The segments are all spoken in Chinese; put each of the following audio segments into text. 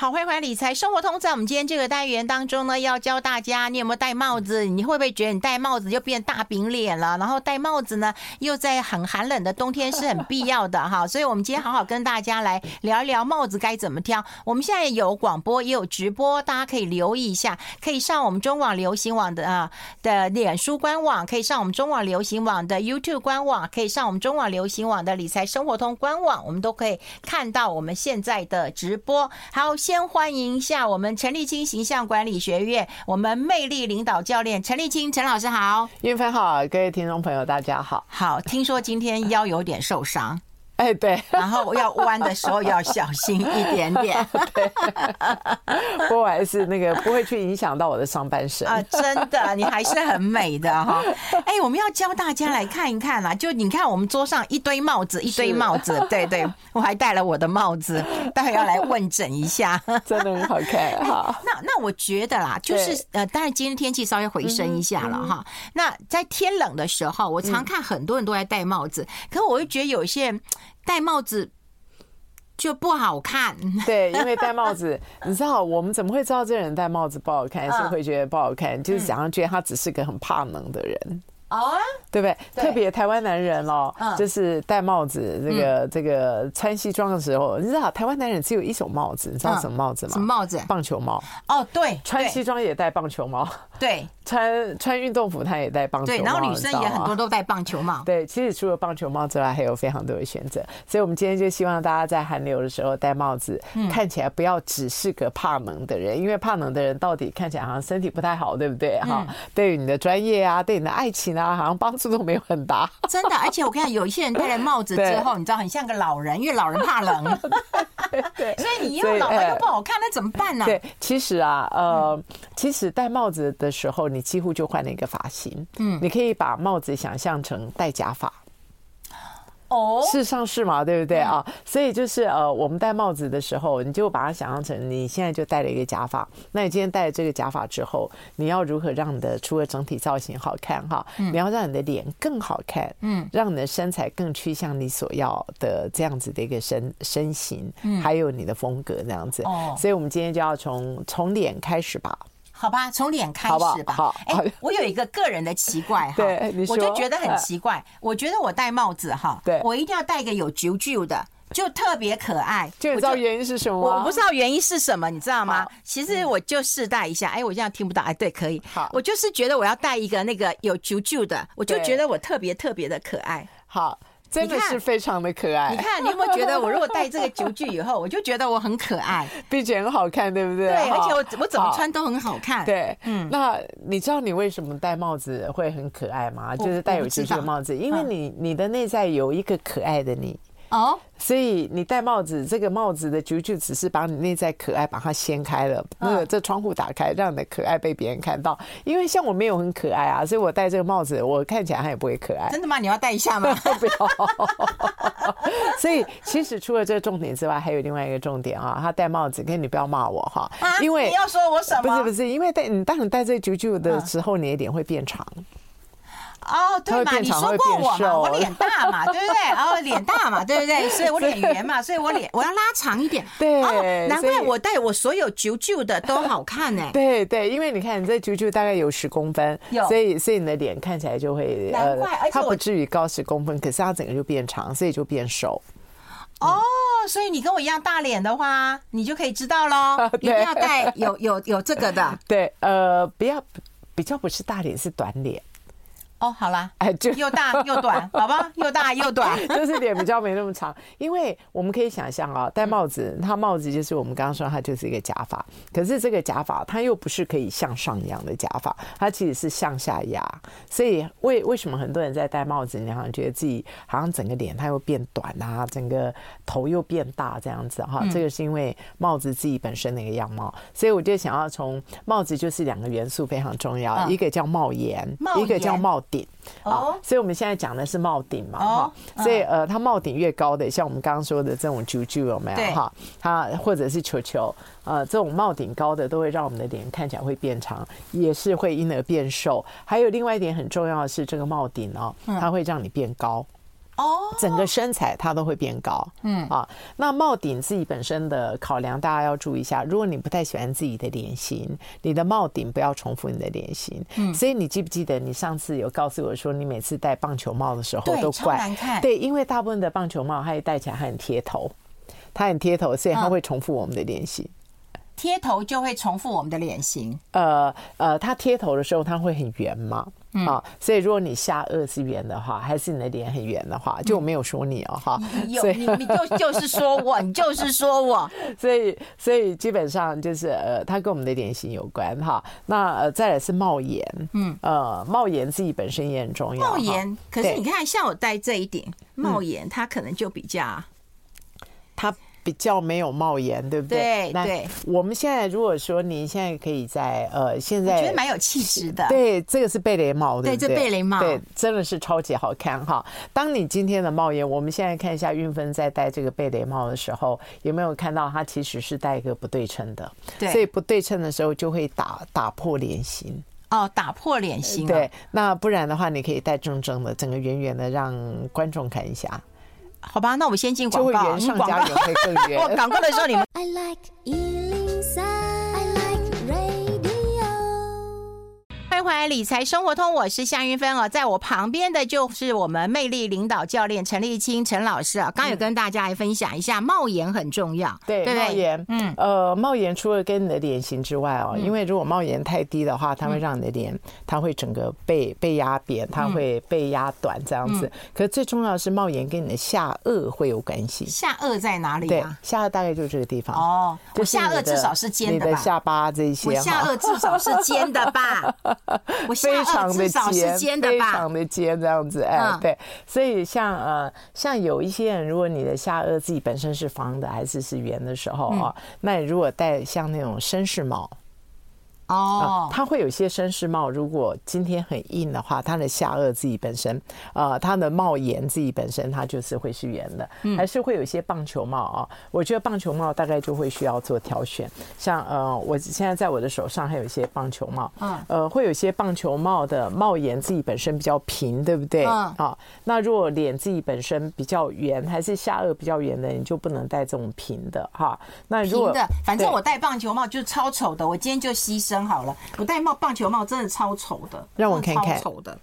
好，欢迎回来理财生活通，在我们今天这个单元当中呢，要教大家，你有没有戴帽子？你会不会觉得你戴帽子就变大饼脸了？然后戴帽子呢，又在很寒冷的冬天是很必要的 哈。所以，我们今天好好跟大家来聊一聊帽子该怎么挑。我们现在有广播，也有直播，大家可以留意一下，可以上我们中网流行网的啊的脸书官网，可以上我们中网流行网的 YouTube 官网，可以上我们中网流行网的理财生活通官网，我们都可以看到我们现在的直播。好。先欢迎一下我们陈立清形象管理学院，我们魅力领导教练陈立清陈老师好，云芬好，啊各位听众朋友大家好。好，听说今天腰有点受伤，哎对， 然后要弯的时候要小心一点点。不过我还是那个不会去影响到我的上半身啊，真的，你还是很美的哈。哎、我们要教大家来看一看啦、啊就你看我们桌上一堆帽子，一堆是帽子，对对，我还戴了我的帽子，待会要来问诊一下。真的很好看 哈。那那我觉得啦，就是对呃，当然今天天气稍微回升一下了哈。那在天冷的时候，我常看很多人都在戴帽子，可我又觉得有一些人戴帽子就不好看。对，因为戴帽子，你知道我们怎么会知道这人戴帽子不好看，啊是会觉得不好嗯看，就是想要觉得他只是个很怕冷的人。哦，对不对？对特别台湾男人哦嗯，就是戴帽子，这个这个穿西装的时候，你知道台湾男人只有一种帽子，你知道嗯什么帽子 吗？什么帽子？棒球帽，哦，对，穿对西装也戴棒球帽，啊对穿穿运动服他也戴棒球帽。对，然后女生你也知道吗很多都戴棒球帽。对，其实除了棒球帽之外，还有非常多的选择。所以，我们今天就希望大家在寒流的时候戴帽子，看起来不要只是个怕冷的人，因为怕冷的人到底看起来好像身体不太好，对不对？哈、对于你的专业啊，对你的爱情啊，好像帮助都没有很大。真的，而且我跟你讲，有一些人戴了帽子之对后，你知道很像个老人，因为老人怕冷， 对所以你所又以老了又哎不好看，那怎么办呢？对，其实啊，呃，其实戴帽子的时候，你几乎就换了一个发型。嗯，你可以把帽子想象成戴假发。哦，嗯事实上是嘛，对不对啊？所以就是呃，我们戴帽子的时候，你就把它想象成你现在就戴了一个假发。那你今天戴了这个假发之后，你要如何让你的除了整体造型好看哈，嗯你要让你的脸更好看，嗯，让你的身材更趋向你所要的这样子的一个身身形，还有你的风格那样子嗯哦。所以我们今天就要从从脸开始吧。好吧，从脸开好不好始吧。好哎、好我有一个个人的奇怪哈， 对你我说哎就觉得很奇怪。我觉得我戴帽子哈，对我一定要戴一个有啾啾的，就特别可爱。就你知道原因是什么啊我啊我吗不？知道原因是什么，你知道吗好？嗯其实我就试戴一下，哎，我这样听不到，哎，对，可以。好我就是觉得我要戴一个那个有啾啾的，我就对觉得我特别特别的可爱。好，真的你看是非常的可你爱，看，你有没有觉得我如果 戴这个啾啾以后，我就觉得我很可爱？并且很好看，对不对？对，哈而且我我怎么好穿都很好看。对，嗯，那你知道你为什么戴帽子会很可爱吗？就是戴有我不知这道个帽子，因为嗯你你的内在有一个可爱的你，哦，所以你戴帽子，这个帽子的啾啾只是把你内在可爱把它掀开了，嗯那个这窗户打开，让你的可爱被别人看到。因为像我没有很可爱啊，所以我戴这个帽子，我看起来它也不会 可爱。真的吗？你要戴一下吗？不要。 所以其实除了这个重点之外，还有另外一个重点啊，他戴帽子，跟你不要骂我哈啊，因为你要说我什么不是不是，因为戴你当你戴这个啾啾的时候，你的脸会变长。哦，对它会嘛，变你长说会过变我嘛，瘦我脸大 嘛，对不对？然后脸大嘛，对不对？所以我脸圆嘛，所以我脸我要拉长一点。对哦，难所以怪我戴我所有啾啾的都好看呢。 对对，因为你看你这啾啾大概有十公分有，所以所以你的脸看起来就会呃难怪而且它我不至于高十公分，可是它整个就变长，所以就变瘦。哦，所以你跟我一样大脸的话，你就可以知道喽。一 对定要戴有有有这个的。对，呃，不要比较不是大脸是短脸，哦，好啦，哎，就又大又 短，好吧，又大又短。就是脸比较没那么长，因为我们可以想象啊，戴帽子，嗯它帽子就是我们刚刚说它就是一个假发，可是这个假发它又不是可以向上扬的假发，它其实是向下压，所以为为什么很多人在戴帽子，你好像觉得自己好像整个脸它又变短啊，整个头又变大这样子哈，嗯这个是因为帽子自己本身的一个样貌，所以我就想要从帽子就是两个元素非常重要，嗯一个叫帽檐帽，一个叫檐帽顶。哦啊，所以我们现在讲的是帽顶嘛，哦哈、所以呃，它帽顶越高的，像我们刚刚说的这种啾啾有没对有哈？它或者是球球，呃，这种帽顶高的都会让我们的脸看起来会变长，也是会嗯因而变瘦。还有另外一点很重要的是，这个帽顶哦，它会让你变高。哦，整个身材它都会变高。嗯啊，那帽顶自己本身的考量，大家要注意一下。如果你不太喜欢自己的脸型，你的帽顶不要重复你的脸型。嗯，所以你记不记得你上次有告诉我说，你每次戴棒球帽的时候对都超怪难看对，因为大部分的棒球帽它一戴起来它很贴头，它很贴头，所以它嗯会重复我们的脸型。贴头就会重复我们的脸型，呃呃，它贴头的时候它会很圆嘛，嗯啊，所以如果你下颚是圆的话，还是你的脸很圆的话，就我没有说你哦哈， 有所以你你就就是说我，你就是说我，所以所以基本上就是呃，它跟我们的脸型有关哈。那呃，再来是帽檐，嗯，呃，帽檐自己本身也很重要哈。帽檐。可是对嗯你看，像我戴这一顶帽檐，它可能就比较它比较没有帽檐，对不对？对那对我们现在如果说您现在可以在呃，现在觉得蛮有气质的。对，这个是贝雷帽，对不对这贝雷帽对，真的是超级好看哈。当你今天的帽檐，我们现在看一下运芬在戴这个贝雷帽的时候，有没有看到它其实是戴一个不对称的？对所以不对称的时候就会打打破脸型。哦，打破脸型、啊。对，那不然的话，你可以戴正正的，整个圆圆的，让观众看一下，好吧，那我们先进广就会告，嗯圆上广加告圆，会更我圆。 广告的时候你们 I like Ealing Sound. I like radio. 欢迎回来《理财生活通》，我是夏云芬哦，在我旁边的就是我们魅力领导教练陈立清陈老师啊，刚有跟大家来分享一下帽檐很重要，嗯对对不帽对？檐，嗯，呃，帽檐除了跟你的脸型之外嗯哦，因为如果帽檐太低的话，它会让你的脸，它会整个被被压扁，它嗯会被压短这样子。可是最重要的是帽檐跟你的下颚会有关系，下颚在哪里对啊？，下颚大概就是这个地方。哦，我就是下你颚至少是尖你的的吧？下巴这一些我哈，下颚至少是尖的 吧？我下非常颚的至少是尖尖，的非吧常？的尖这样子，哎嗯，对，所以像呃，像有一些人，如果你的下颚自己本身是方的还是是圆的时嗯候啊，那你如果戴像那种绅士帽，啊哦，它会有一些绅士帽，如果今天很硬的话，它的下颚自己本身，呃，它的帽檐自己本身，它就是会是圆的，嗯还是会有一些棒球帽啊。我觉得棒球帽大概就会需要做挑选，像呃，我现在在我的手上还有一些棒球帽，嗯呃，会有一些棒球帽的帽檐自己本身比较平，对不对？嗯啊，那如果脸自己本身比较圆，还是下颚比较圆的，你就不能戴这种平的哈。那如平果的，反正对我戴棒球帽就是超丑的，我今天就牺牲好了。我戴帽棒球帽真的超丑的，让我真的看看超丑的，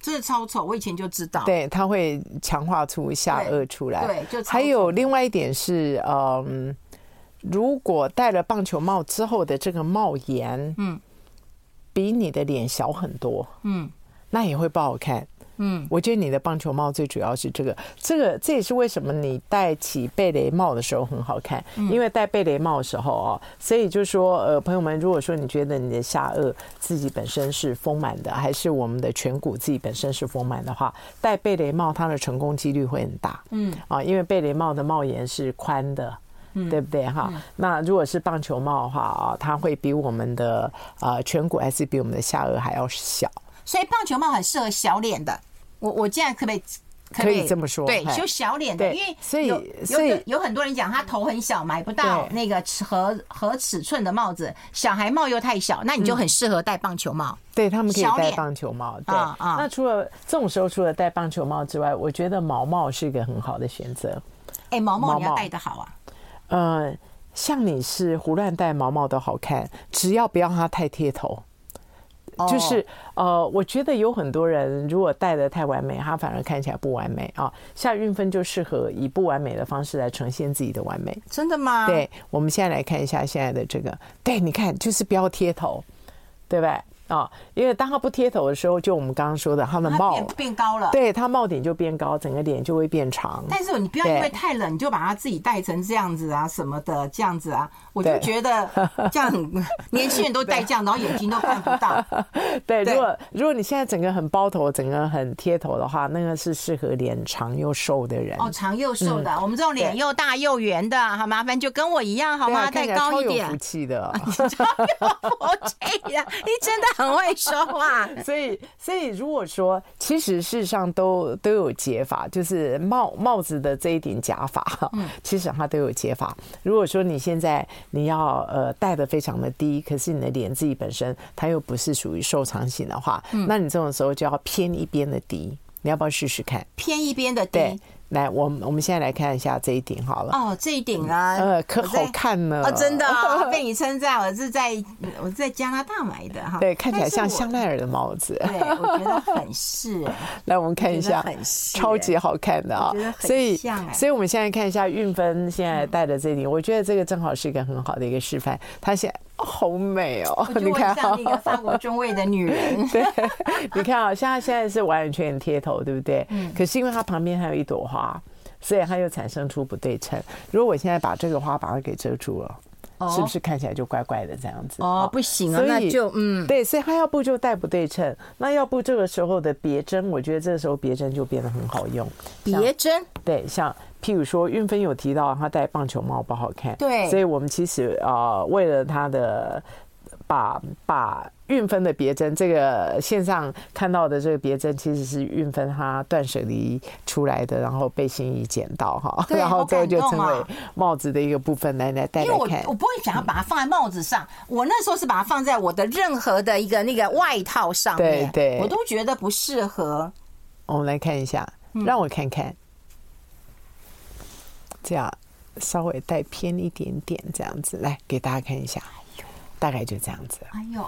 真的超丑。我以前就知道，对，它会强化出下对颚出来。对就超还有重另外一点是，嗯，如果戴了棒球帽之后的这个帽檐，嗯，比你的脸小很多，嗯，那也会不好看。嗯，我觉得你的棒球帽最主要是这个，这个这也是为什么你戴起贝雷帽的时候很好看，因为戴贝雷帽的时候哦，所以就说呃，朋友们，如果说你觉得你的下颚自己本身是丰满的，还是我们的颧骨自己本身是丰满的话，戴贝雷帽它的成功几率会很大，嗯啊，因为贝雷帽的帽檐是宽的。对不对哈？那如果是棒球帽的话啊，它会比我们的呃颧骨还是比我们的下颚还要小。所以棒球帽很适合小脸的。我我这样可不可以？可不可以这么说对，嘿就小脸的，对因为所以有所有以有很多人讲他头很小，买不到对那个尺合合尺寸的帽子，小孩帽又太小，那你嗯就很适合戴棒球帽。对他们可以小戴脸棒球帽，对。啊啊那除了这种时候，除了戴棒球帽之外，我觉得毛帽是一个很好的选择。哎、毛毛毛你要毛戴的好啊，呃，像你是胡乱戴毛毛都好看，只要不要它太贴头。哦就是呃，我觉得有很多人如果戴的太完美，他反而看起来不完美啊。夏运芬就适合以不完美的方式来呈现自己的完美。真的吗？对，我们现在来看一下现在的这个，对，你看就是不要贴头，对吧？啊、因为当他不贴头的时候，就我们刚刚说的，他的它帽变，变高了。对他帽顶就变高，整个脸就会变长。但是你不要因对为太冷你就把它自己戴成这样子啊什么的这样子啊，我就对觉得 这样很年轻人都戴这样，然后眼睛都看不到。对，对如果如果你现在整个很包头，整个很贴头的话，那个是适合脸长又瘦的人。哦，长又瘦嗯的，我们这种脸又大又圆的，好麻烦就跟我一样好对啊吗？看戴起来高超一有点福。气的。 我 这样，啊你真的很会说话。所以，所以如果说，其实事实上都都有解法，就是帽帽子的这一顶假发，嗯其实它都有解法。如果说你现在你要呃戴的非常的低，可是你的脸嗯自己本身它又不是属于瘦长型的话，那你这种时候就要偏一边的低。你要不要试试看？偏一边的对顶，来，我们我们现在来看一下这一顶好了。哦，这一顶啊，呃，可我好在看了哦，真的 啊、被你称赞，我是在我是在加拿大买的哈，对，看起来像但是我香奈儿的帽子。 对，我觉得很是，来，我们看一下我觉得很，是超欸级好看的啊我觉得！很所以像，欸所以我们现在看一下运芬现在戴的这顶，我觉得这个正好是一个很好的一个示范。她现在哦好美哦我，你就看会啊像，那个法国中尉的女人 ，对， 你看啊，像她现在是完全贴头，对不对？嗯可是因为它旁边还有一朵花，所以它又产生出不对称。如果我现在把这个花把它给遮住了，是不是看起来就怪怪的这样子？哦啊不行啊所以那就嗯对，所以他要不就戴不对称，那要不这个时候的别针，我觉得这个时候别针就变得很好用。像别针对，像譬如说运芬有提到他戴棒球帽不好看，对所以我们其实呃为了他的把把运芬的别针，这个线上看到的这个别针其实是运芬他断舍离出来来的，然后被心仪捡到哈，对 然后好最后感就动成啊为帽子的一个部分来来戴因来为我看我。不会想要把它放在帽子上，我那时候是把它放在我的任何的一个那个外套上面，对对我都觉得不适合。哦我们来看一下，嗯让我看看，这样稍微带偏一点点，这样子来给大家看一下，大概就这样子。哎呦，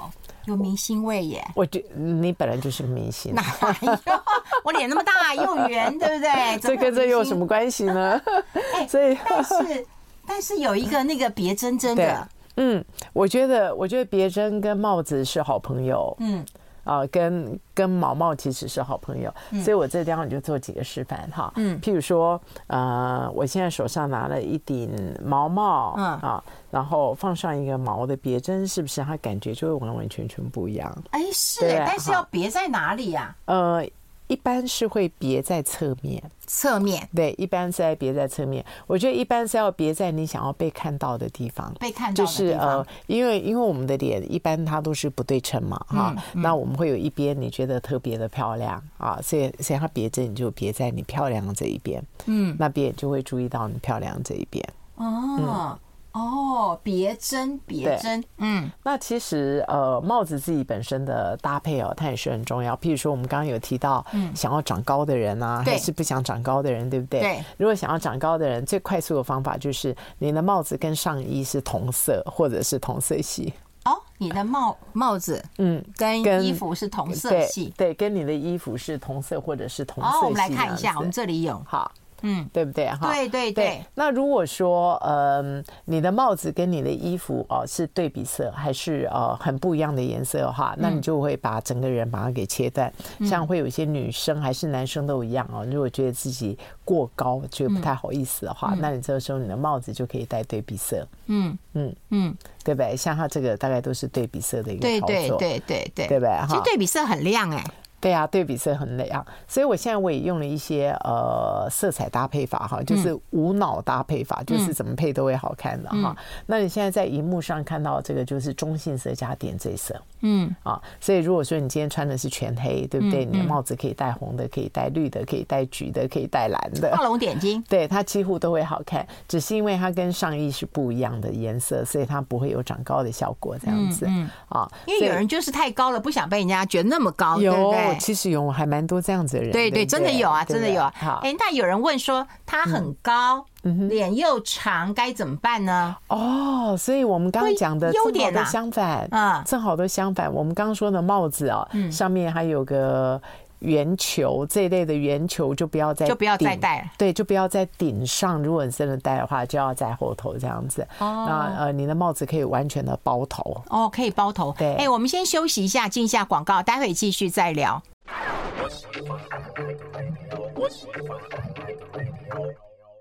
有明星味耶！ 我觉你本来就是明星哪，有？ 我脸那么大又圆，对不对？怎 这么会跟这又有明什星么关系呢？ 哎 所以但是但是有一个那个别针针对的，，嗯，我觉得我觉得别针跟帽子是好朋友，嗯，啊、跟跟毛毛其实是好朋友，所以我这地方我就做几个示范哈，嗯譬如说，呃，我现在手上拿了一顶毛帽，嗯啊，然后放上一个毛的别针，是不是它感觉就会完完全全不一样？哎是对耶，但是哈要别在哪里啊呀？呃，一般是会别在侧面，侧面对，一般是在别在侧面。我觉得一般是要别在你想要被看到的地方。被看到就的是地呃方，，因为因为我们的脸一般它都是不对称嘛，哈、嗯那我们会有一边你觉得特别的漂亮啊，所以所以它别针你就别在你漂亮的这一边，嗯，那别人就会注意到你漂亮这一边。哦哦，别针别嗯对针，嗯，那其实呃，帽子自己本身的搭配哦，它也是很重要。譬如说，我们刚刚有提到，想要长高的人啊，嗯对还是不想长高的人，对不对？对。如果想要长高的人，最快速的方法就是您的帽子跟上衣是同色，或者是同色系。哦，你的帽帽子嗯，跟跟衣服是同色对系。对，跟你的衣服是同色或者是同色系。哦，我们来看一这下，样子我们这里有，好，嗯，对不对？哈，对对对对。那如果说，嗯，你的帽子跟你的衣服哦、是对比色，还是呃很不一样的颜色的话，那你嗯就会把整个人把它给切断。像会有一些女生还是男生都一样哦，如果觉得自己过高，觉得不太好意思的话，那你这个时候你的帽子就可以戴对比色，嗯嗯，嗯，对不对？像它这个大概都是对比色的一个对操对作。对对对，对吧其实哈对比色很亮 哎，对啊，对比色很累啊，所以我现在我也用了一些呃色彩搭配法嗯哈，就是无脑搭配法，就是怎么配都会好看的嗯哈。那你现在在荧幕上看到这个就是中性色加点缀色嗯，啊，所以如果说你今天穿的是全黑，对不对？你的帽子可以戴红的，可以戴绿的，可以戴橘的，可以戴蓝的，画龙点睛。对，它几乎都会好看，只是因为它跟上衣是不一样的颜色，所以它不会有长高的效果这样子啊。嗯因为所以有人就是太高了，不想被人家觉得那么高，哦对不有，对？其实有还蛮多这样子的人。对对，对不真的有啊，对真不的有啊对好。，嗯哎，那有人问说他很高，脸又长，该怎么办呢？哦，所以我们刚刚讲的会优正好点都啊相反，嗯正好都相反。我们刚刚说的帽子啊，上面还有个。圆球这一类的圆球就不要再就不要再顶戴了对，就不要在顶上。如果你真的戴的话，就要在后头这样子。哦那呃，你的帽子可以完全的包头。 哦，可以包头。对哎，我们先休息一下，进一下广告，待会继续再聊。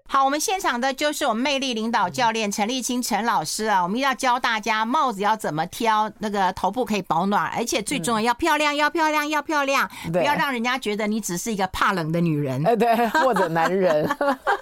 好，我们现场的就是我们魅力领导教练陈立清陈老师啊，我们要教大家帽子要怎么挑，那个头部可以保暖，而且最重要要漂亮，要漂亮，要漂亮，不嗯对要让人家觉得你只是一个怕冷的女人。 呃，对，或者男人，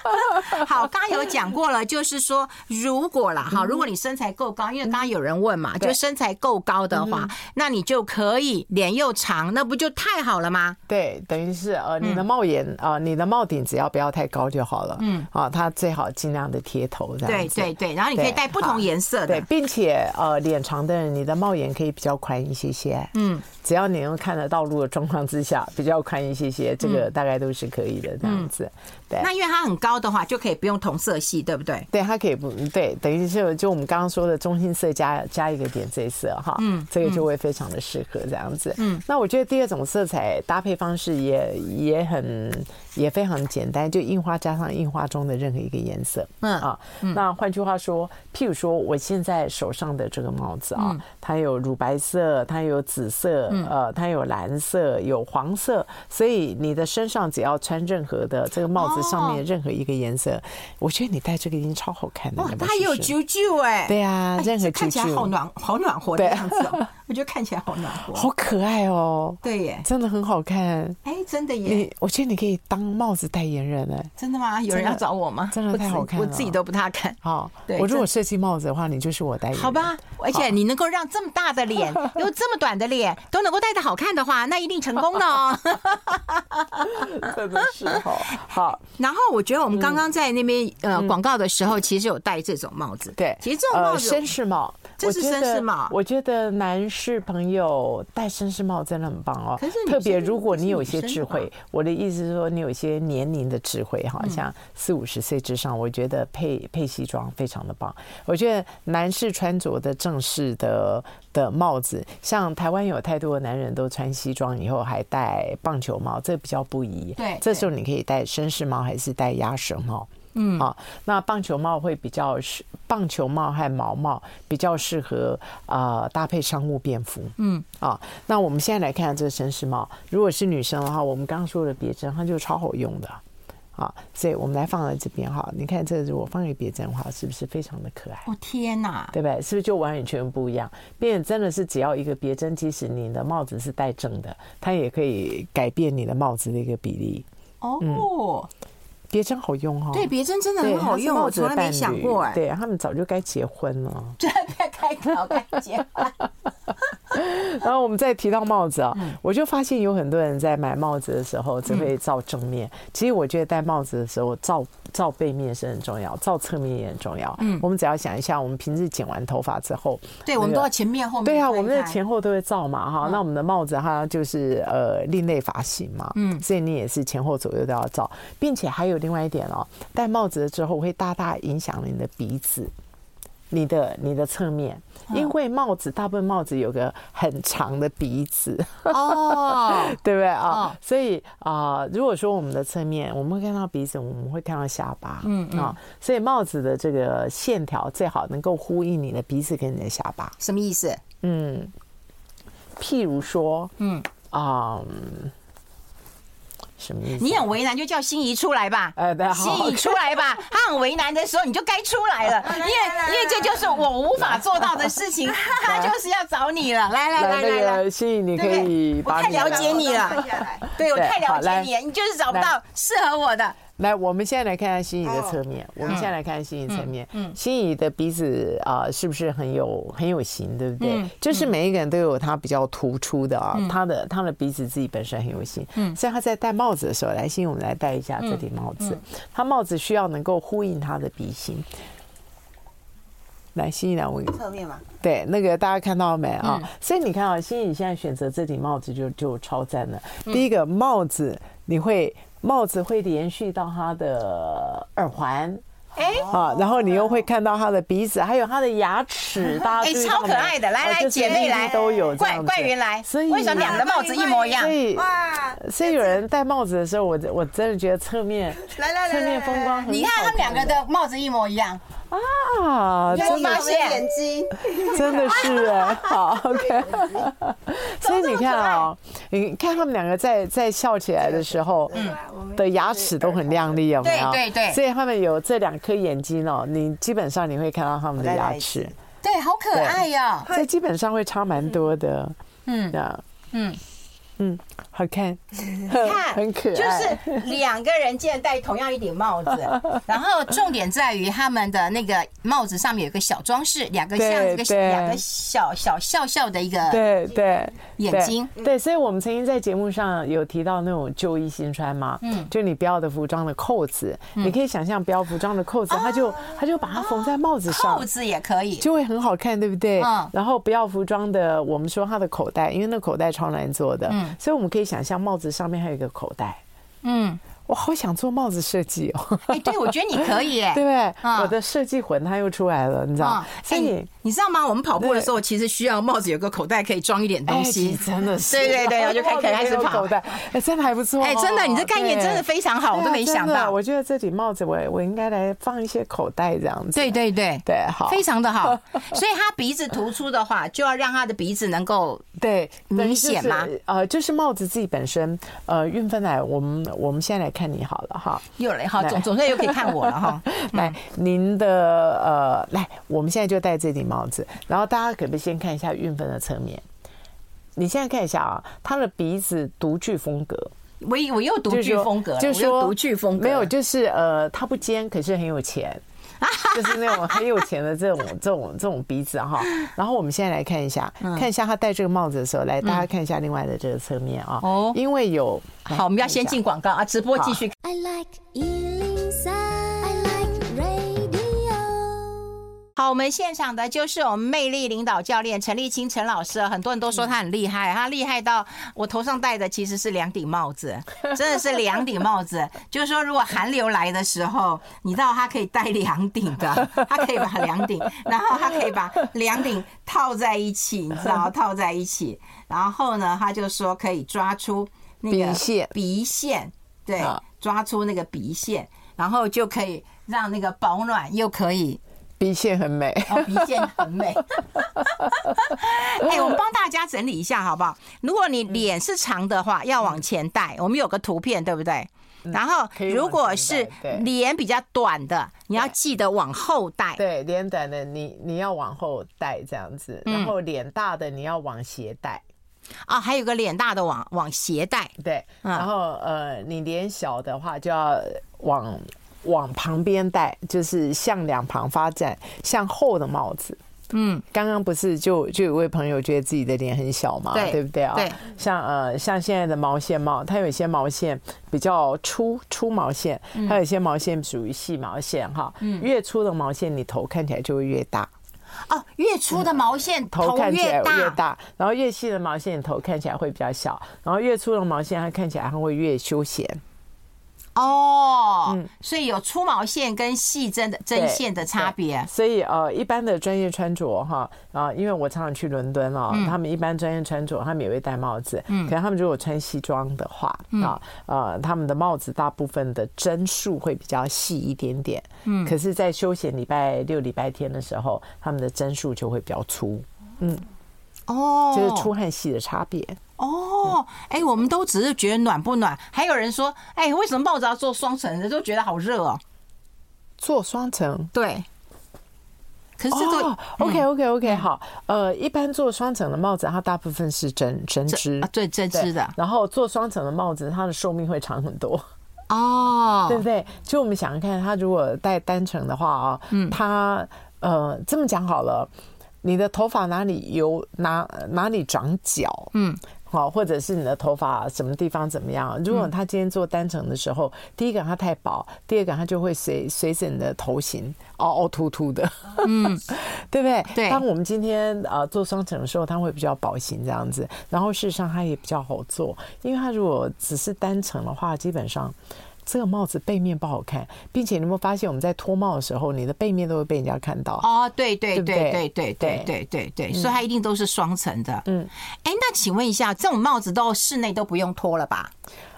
好，刚刚有讲过了，就是说如果啦，哈，如果你身材够高，因为刚刚有人问嘛，就嗯对嗯身材够高的话，那你就可以脸又长，那不就太好了吗？对，等于是呃，嗯你的帽檐啊、呃你的帽顶只要不要太高就好了。嗯，啊，它最好尽量的贴头这样对子。对对，然后你可以对戴不同好颜色对的，，并且呃，脸长的人，你的帽檐可以比较宽一些些。嗯，只要你能看得到路的状况之下，比较宽一些些，这嗯个大概都是可以的这样子。对。那因为它很高的话，就可以不用同色系，对不对？对，它可以不对，等于是就我们刚刚说的中性色加加一个点缀色哈，嗯，这个就会非常的适合这样子。嗯，那我觉得第二种色彩搭配方式也也很也非常简单，就印花加上印花中的任何一个颜色。嗯啊，那换句话说，譬如说我现在手上的这个帽子啊，它有乳白色，它有紫色，呃，它有蓝色，有黄色，所以你的身上只要穿任何的这个帽子上哦面任何一个颜色，我觉得你戴这个已经超好看的。哇你，们它也有试试啾啾哎，对啊哎，任何这看起来啾啾好暖，好暖和的对样子 哦，我觉得看起来好暖和好，可爱哦，对耶，真的很好看。哎，真的耶，你，我觉得你可以当帽子代言人哎。真的吗？有人要找我吗？真的我太自好看了我自己都不大看。好对，我如果这设计帽子的话，你就是我代言人。好吧，而且你能够让这么大的 脸，又这么短的脸，都能够戴的好看的话，那一定成功的哦。 真的是好，好，然后我觉得我们刚刚在那边呃广告的时候，其实有戴这种帽子。嗯对，其实这种帽呃、子绅士帽，这我是觉绅得士帽我觉得男士朋友戴绅士帽真的很棒哦。可是女特别生如果不你是有一女些生智的慧，我的意思是说你有一些年龄的智慧，哈，嗯像四五十岁之上，我觉得配配西装非常的棒。我觉得男士穿着的正式的的帽子，像台湾有太多的男人都穿西装以后还戴棒球帽，这比较不宜。对这对时候你可以戴绅士帽还是戴鸭舌帽？嗯啊，那棒球帽会比较适，棒球帽和毛帽比较适合啊、呃搭配商务便服。嗯啊，那我们现在来看这个绅士帽，如果是女生的话，我们刚刚说的别针，它就超好用的。啊，所以我们来放在这边哈，你看这如果放在别针的话，是不是非常的可爱？哦天哪！对不对？是不是就完全不一样？变真的是只要一个别针，即使你的帽子是戴正的，它也可以改变你的帽子的一个比例。哦，别针好用哦，对，别针真的嗯对，很好他是用，我帽子从来的没伴想侣过哎。对他们早就该结婚了。这太 开搞开 结然后我们再提到帽子啊，我就发现有很多人在买帽子的时候只会照正面，其实我觉得戴帽子的时候照照背面是很重要，照侧面也很重要。嗯，我们只要想一下，我们平日剪完头发之后，对，那我们个都要前面后面。对啊，我们的前后都会照嘛哈。那我们的帽子它就是呃另类发型嘛，嗯，所以你也是前后左右都要照，并且还有另外一点哦，戴帽子之后会大大影响你的鼻子。你的你的侧面，因为帽子大部分帽子有个很长的鼻子， 哦，对不对哦啊？所以啊，如果说我们的侧面，我们会看到鼻子，我们会看到下巴，嗯啊，所以帽子的这个线条最好能够呼应你的鼻子跟你的下巴。什么意思？嗯，譬如说，嗯啊、嗯什么意思？你很为难，就叫心仪出来吧。哎对心好仪出来吧。 他很为难的时候，你就该出 来了，因为因为这就是我无法做到的事情， 他就是要找你了。来来来来来那来，个心仪，你可对不以对？我把太你的了解你 了，对我对太了好解来你了，你就是找不到适合我的。来，我们现在来看看心仪的侧哦面。我们现在来看心仪侧面。嗯，心仪的鼻子啊、是不是很有很有型，对不对？嗯就是每一个人都有他比较突出的啊，他的他的鼻子自己本身很有型。嗯，所以他在戴帽子的时候，来，心仪，我们来戴一嗯下这顶帽子。他帽子需要能够呼应他的鼻型。来，心仪来，我侧面嘛，对，那个大家看到没啊？所以你看啊，欣怡现在选择这顶帽子就就超赞了。第一个帽子，你会帽子会连续到它的耳环。哎啊，然后你又会看到它的鼻子，还有它的牙齿，大家哎注意超到可没爱的来哦来就是姐妹粒粒来都有这怪样子怪云来，所以为什么两个帽子一模一样所？以哇，所以有人戴帽子的时候，我我真的觉得侧面来来来侧面风光很你看他们两个的帽子一模一样，好看啊，有没有我发发现现眼睛，真的是哎，好 OK。所以你看啊、你看他们两个在在笑起来的时候，的牙齿都很亮丽，有没有？对对对所以他们有这两颗眼睛哦，你基本上你会看到他们的牙齿，对，好可爱呀、这基本上会差蛮多的。嗯，这样，嗯，嗯，好看，看，呃 很可爱，就是两个人竟然戴同样一顶帽 子，然后重点在于他们的那个帽子上面有一个小装饰，两个像对一个对两个小小笑笑的一个，对对，眼对睛嗯对所以我们曾经在节目上有提到那种旧衣新穿嘛，嗯，就你标的服装的扣子，嗯你可以想象标服装的扣子，它就它就把它缝在帽子上啊扣。子也可以，就会很好看，对不对？嗯然后不要服装的，我们说它的口袋，因为那口袋超难做的，嗯所以我们可以想象帽子上面还有一个口袋。嗯，我好想做帽子设计哦，哎， 对，我觉得你可以，哎 对不对？嗯我的设计魂它又出来了，你知道？啊，所哎以你你知道吗？我们跑步的时候，其实需要帽子有个口袋，可以装一点东哎西。真的是，对对对，我就开帽子开开始没有跑口。袋， 哎，真的还不错哦。哎，真的，你这概念对真的非常好，我都对啊没想真的到我。觉得这顶帽子我，我应该来放一些口袋这样子。对对对。对，好，非常的 好，所以他鼻子突出的话，就要让他的鼻子能够对明显吗？就是呃，就是帽子自己本身，呃，运分来，我们我们现在来看你好了哈。又来哈，来嗯总总算又可以看我了 哈。来，您的呃，来，我们现在就戴这顶帽子，然后大家可不可以先看一下运分的侧面？你现在看一下啊，他的鼻子独具风格，我以我又独就是具说风格了，就是我又说独具风格，没有，就是呃，他不尖，可是很 有钱，就是那种很有钱的这种这种这种鼻子哈。然后我们现在来看一下，嗯看一下他戴这个帽子的时候，来大家看一下另外的这个侧面啊。哦因为有好，我们要先进广告啊，直播继续 I like Ealing Sound. I like radio. 好，我们现场的就是我们魅力领导教练陈立清陈老师，很多人都说他很厉害，他厉害到我头上戴的其实是两顶帽 子，真的是两顶帽子。就是说，如果寒流来的时候，你知道他可以戴两顶 的，他可以把两顶，然后他可以把两顶套在一起，你知 道套在一起。然后呢，他就说可以抓出那个鼻线鼻线，对啊，抓出那个鼻线，然后就可以让那个保暖，又可以鼻线很美，哦，鼻线很 美。哎、我们帮大家整理一下好不好？如果嗯你脸是长的话，要往前带，我们有个图片，对不对？然后嗯可以往前带如果是对脸比较短的，你要记得往后带。对，脸短的你你要往后戴这样子，嗯然后脸大的你要往斜戴。哦，还有个脸大的往往斜带。对，嗯然后呃，你脸小的话就要往往旁边戴，就是向两旁发展，向后的帽子。嗯，刚刚不是就就有位朋友觉得自己的脸很小嘛，对对不对啊？对，像呃像现在的毛线帽，它有一些毛线比较粗粗毛线，嗯还有一些毛线属于细毛线哈。嗯，越粗的毛线，你头看起来就会越大。哦，越粗的毛线嗯头看起来越越大，然后越细的毛线，你头看起来会比较小，然后越粗的毛线，它看起来它会越休闲。哦，所以有粗毛线跟细针的针嗯对线的差别。所以呃，一般的专业穿着哈，啊，因为我常常去伦敦哦，嗯他们一般专业穿着，他们也会戴帽子，可是他们如果穿西装的话嗯啊，呃，他们的帽子大部分的针数会比较细一点点，嗯，可是，在休闲礼拜六、礼拜天的时候，他们的针数就会比较粗，哦，就是粗和细的差别。哦，哎、我们都只是觉得暖不暖，还有人说，哎、为什么帽子要做双层的？都觉得好热哦。做双层，对，可是这嗯个、哦、OK OK OK 好，呃，一般做双层的帽子，它大部分是针针织啊，，对，针对织的然后做双层的帽子，它的寿命会长很多，哦，对不对？就我们想想看，它如果戴单层的话啊，嗯它呃这么讲好了，你的头发哪里有哪哪里长角，嗯。好，或者是你的头发什么地方怎嗯么样？如果它今天做单层的时候，第一个它太薄，第二个它就会随随着你的头型凹凹凸凸的。 对不对？嗯对当我们今天呃做双层的时候，它会比较薄型这样子，然后事实上它也比较好做，因为它如果只是单层的话，基本上。这个帽子背面不好看，并且你有没有发现我们在脱帽的时候，你的背面都会被人家看到？哦，对对对不对对对对对对嗯对对对，所以它一定都是双层的。嗯，哎、那请问一下，这种帽子都室内都不用脱了吧？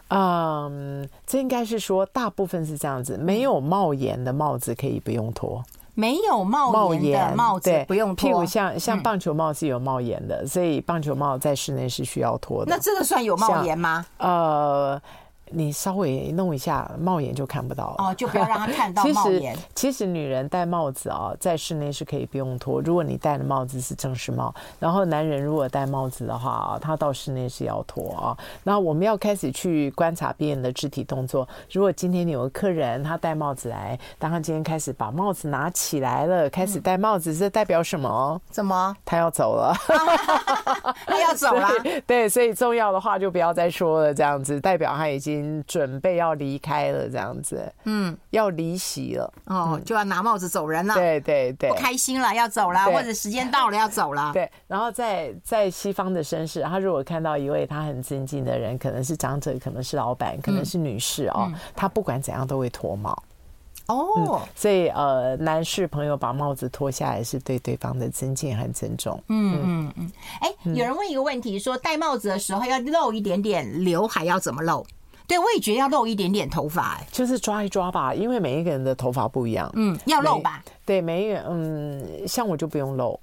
嗯，这应该是说大部分是这样子，没有帽檐的帽子可以不用脱。没有帽帽哦檐的檐帽子对不用譬如脱，嗯像像棒球帽是有帽檐的，所以棒球帽在室内是需要脱的。那这个算有帽像檐吗？呃，你稍微弄一下，帽檐就看不到了。哦，就不要让他看到 其帽实檐。，其实女人戴帽子啊、在室内是可以不用脱。如果你戴的帽子是正式帽，然后男人如果戴帽子的话啊、他到室内是要脱啊、那我们要开始去观察别人的肢体动作。如果今天你有个客人他戴帽子来，当他今天开始把帽子拿起来了，开始戴帽子，这代表什么？怎么？他要走了。 他哎要走了？对对， 所以重要的话就不要再说了，这样子代表他已经准备要离开了，这样子，嗯，要离席了，哦，就要拿帽子走人了。对对对不。开心了，要走了，对或者时间到了要走了。对，然后在在西方的绅士，他如果看到一位他很尊敬的人，可能是长者，可能是老板，可嗯能是女士哦，他不管怎样都会脱帽。哦，所以呃，男士朋友把帽子脱下来是对对方的尊敬和尊重。嗯，哎、有人问一个问题，说戴帽子的时候要露一点点刘海，要怎么露？对，我也觉得要露一点点头发、哎，就是抓一抓吧，因为每一个人的头发不一样。嗯，要露吧。对，每一个人嗯，像我就不用露，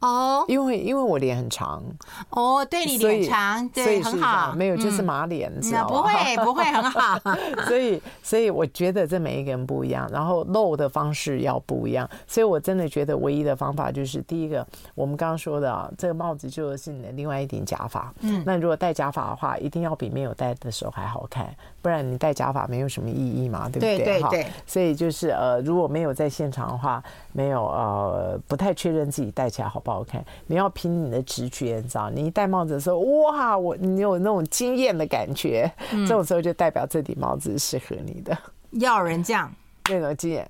哦因为因为我脸很长，哦，对你所以脸长，所以对，是很这样好，没有啊就是嗯马脸，知那道不吧？会 不会很好。所以，所以我觉得这每一个人不一样，然后露的方式要不一样。所以我真的觉得唯一的方法就是，第一个，我们刚刚说的啊，这个帽子就是你的另外一顶假发。嗯，那如果戴假发的话，一定要比没有戴的时候还好看，不然你戴假发没有什么意义嘛，对不对对哈对所以就是呃，如果没有在现场的话，没有呃，不太确认自己戴起来好不好看。你要凭你的直觉，你知道，你一戴帽子的时候，哇，我你有那种惊艳的感觉，这种时候就代表这顶帽子是适合你的要有人这样，那种惊艳。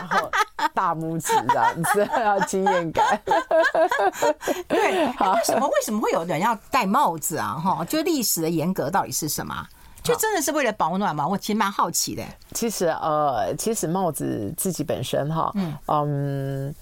然后大拇指这样子， 要惊艳感。哎为什么为什么会有人要戴帽子啊？哈，就历史的严格到底是什么啊？就真的是为了保暖吗？我其实蛮好奇的。其实呃，其实帽子自己本身哈，嗯，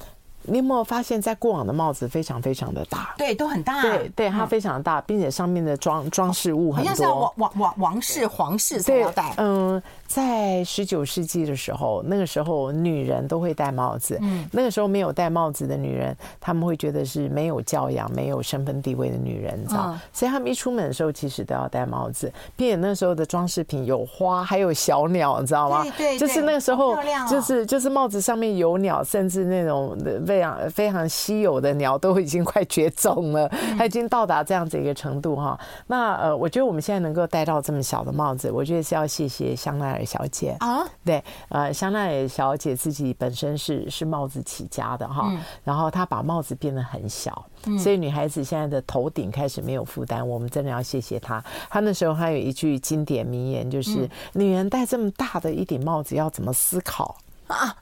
你有没有发现，在过往的帽子非常非常的大？对，都很大，嗯对对，它非常大，并且上面的装装饰物好很像是要多王。王王王室、皇室才对要戴，。嗯，在十九世纪的时候，那个时候女人都会戴帽子。嗯，那个时候没有戴帽子的女人，她们会觉得是没有教养、没有身份地位的女人，你知道？嗯所以她们一出门的时候，其实都要戴帽子，并且那时候的装饰品有花，还有小鸟，你知道吗？对对就是那个时好候漂亮哦，就是就是帽子上面有鸟，甚至那种呃非常非常稀有的鸟都已经快绝种了，它已经到达这样子一个程度哈。那呃，我觉得我们现在能够戴到这么小的帽子，我觉得是要谢谢香奈儿小姐啊。对，呃，香奈儿小姐自己本身是是帽子起家的哈，然后她把帽子变得很小，所以女孩子现在的头顶开始没有负担，我们真的要谢谢她。她那时候还有一句经典名言，就是、女人戴这么大的一顶帽子要怎么思考？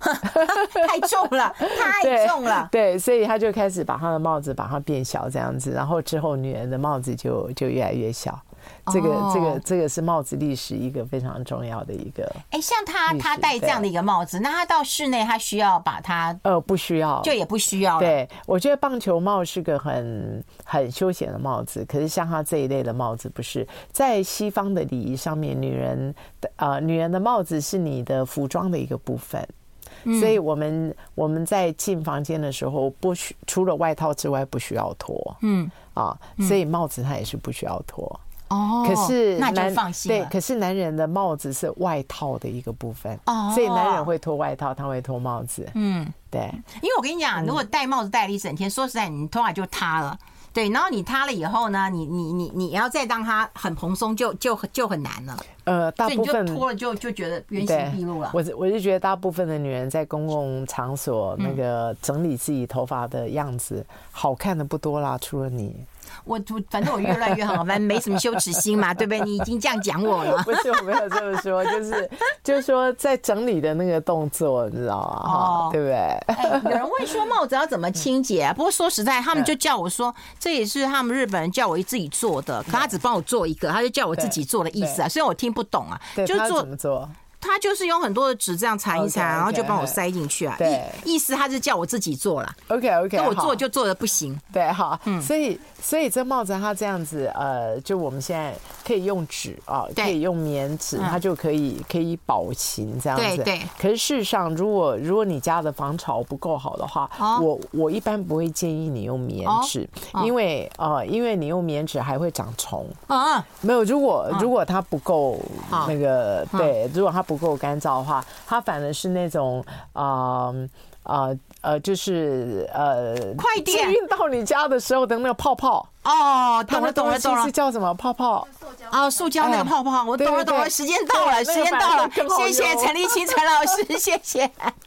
太重了， 太对重了。 对，所以他就开始把他的帽子把它变小这样子，然后之后女人的帽子就就越来越小。这个、哦这个这个是帽子历史一个非常重要的一个，哎，像他历史他戴这样的一个帽子，那他到室内他需要把它呃，不需要就也不需要了。对，我觉得棒球帽是个很很休闲的帽子，可是像它这一类的帽子不是。在西方的礼仪上面，女人的呃，女人的帽子是你的服装的一个部分。嗯所以我们我们在进房间的时候，不需除了外套之外不需要脱，嗯啊，所以帽子它也是不需要脱。哦，可是那就男放心对，了。可是男人的帽子是外套的一个部分，哦所以男人会脱外套，他会脱帽子，嗯，对。因为我跟你嗯讲，如果戴帽子戴了一整天，说实在，你头发就塌了。对，然后你塌了以后呢，你你你你要再让它很蓬松，就就就很难了。呃，大所以部你就分脱了就就觉得原对，形毕露了。我是我是觉得大部分的女人在公共场所嗯那个整理自己头发的样子，好看的不多啦，除了你。 我我反正我越来越好，反正没什么羞耻心嘛，对不对？你已经这样讲我了。不是我没有这么说，就是就是说在整理的那个动作，你知道吗？哦哈，对不对？ 哎， 有人问说帽子要怎么清洁、嗯啊？不过说实在，他们就叫我说，这也是他们日本人叫我自己做的，可他只帮我做一个，他就叫我自己做的意思啊。虽然我听不懂啊，对，就他做怎么做？他就是用很多的纸这样缠一缠啊 OK，OK，然后就帮我塞进去啊。对意意思他是叫我自己做啦， OK OK，那我做就做的不行。对哈，嗯所以所以这帽子它这样子，呃，就我们现在可以用纸啊，对嗯可以用棉纸，它就可以可以保晴这样对子。对可是事实上，如果如果你家的防潮不够好的话，哦我我一般不会建议你用棉纸，哦因为呃，因为你用棉纸还会长虫。啊，没有，如果如果它不够好那个，嗯对，如果它不够干燥的话，它反而是那种啊啊呃，就是呃，快点幸运到你家的时候的那个泡泡，哦，它懂了那懂了东西懂了是。叫什么泡泡？哦，塑胶那个哎泡泡，我对懂了对懂了，对时间到了，时对那间个反到而了更好，谢谢用陈立清陈老师，谢谢。